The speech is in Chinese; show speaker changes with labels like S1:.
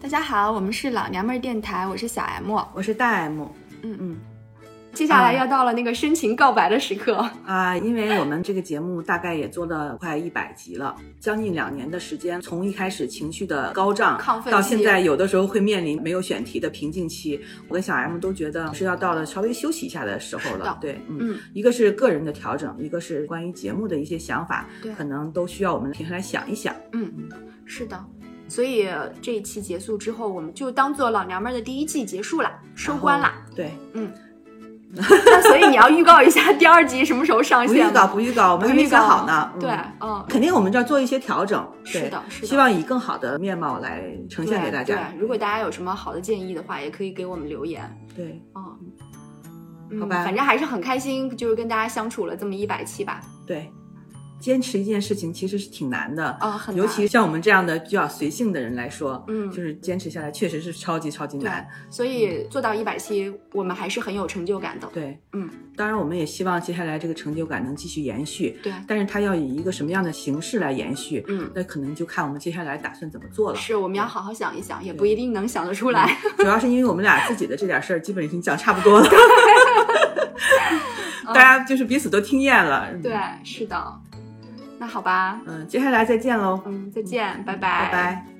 S1: 大家好，我们是老娘们儿电台，我是小 M。
S2: 我是大 M
S1: 嗯
S2: 嗯
S1: 接下来
S2: 啊
S1: 要到了那个深情告白的时刻，
S2: 啊，因为我们这个节目大概也做了快一百集了，将近两年的时间，从一开始情绪的高涨
S1: 亢奋期
S2: 到现在有的时候会面临没有选题的瓶颈期，我跟小 M 都觉得是要到了稍微休息一下的时候
S1: 是的
S2: 了。对，嗯。
S1: 嗯，
S2: 一个是个人的调整，一个是关于节目的一些想法
S1: 对，
S2: 可能都需要我们平时来想一想。
S1: 嗯，是的。所以这一期结束之后，我们就当做老娘们儿的第一季结束了，收官了。
S2: 对，
S1: 那所以你要预告一下第二季什么时候上
S2: 不预
S1: 线吗？
S2: 告，不预告，我们还没
S1: 预告
S2: 想好呢。
S1: 对
S2: 嗯，
S1: 嗯，
S2: 肯定我们这儿做一些调整。
S1: 是
S2: 对
S1: 的是的
S2: 希望以更好的面貌来呈现给大
S1: 对。。
S2: 家
S1: 对，如果大家有什么好的建议的话，也可以给我们留言。
S2: 对
S1: 嗯，嗯
S2: 好吧
S1: 反正还是很开心，就是跟大家相处了这么一百期吧。
S2: 对，坚持一件事情其实是挺难的。
S1: 啊、很
S2: 尤
S1: 难
S2: 其像我们这样的比较随性的人来说，
S1: 嗯
S2: 就是坚持下来确实是超级超级
S1: 对
S2: 难。，
S1: 所以做到一百期，我们还是很有成就感的。
S2: 对，
S1: 嗯，
S2: 当然我们也希望接下来这个成就感能继续延续，
S1: 对，
S2: 但是它要以一个什么样的形式来延续，
S1: 嗯，
S2: 那可能就看我们接下来打算怎么做了。
S1: 是我们要好好想一想，也
S2: 对
S1: 不一定能想得出来。
S2: 主要是因为我们俩自己的这点事儿，基本已经讲差不多了， 大家就是彼此都听厌了。嗯
S1: 对，是的。那好吧，
S2: 嗯，接下来再见喽，
S1: 嗯，再见，拜
S2: 拜拜。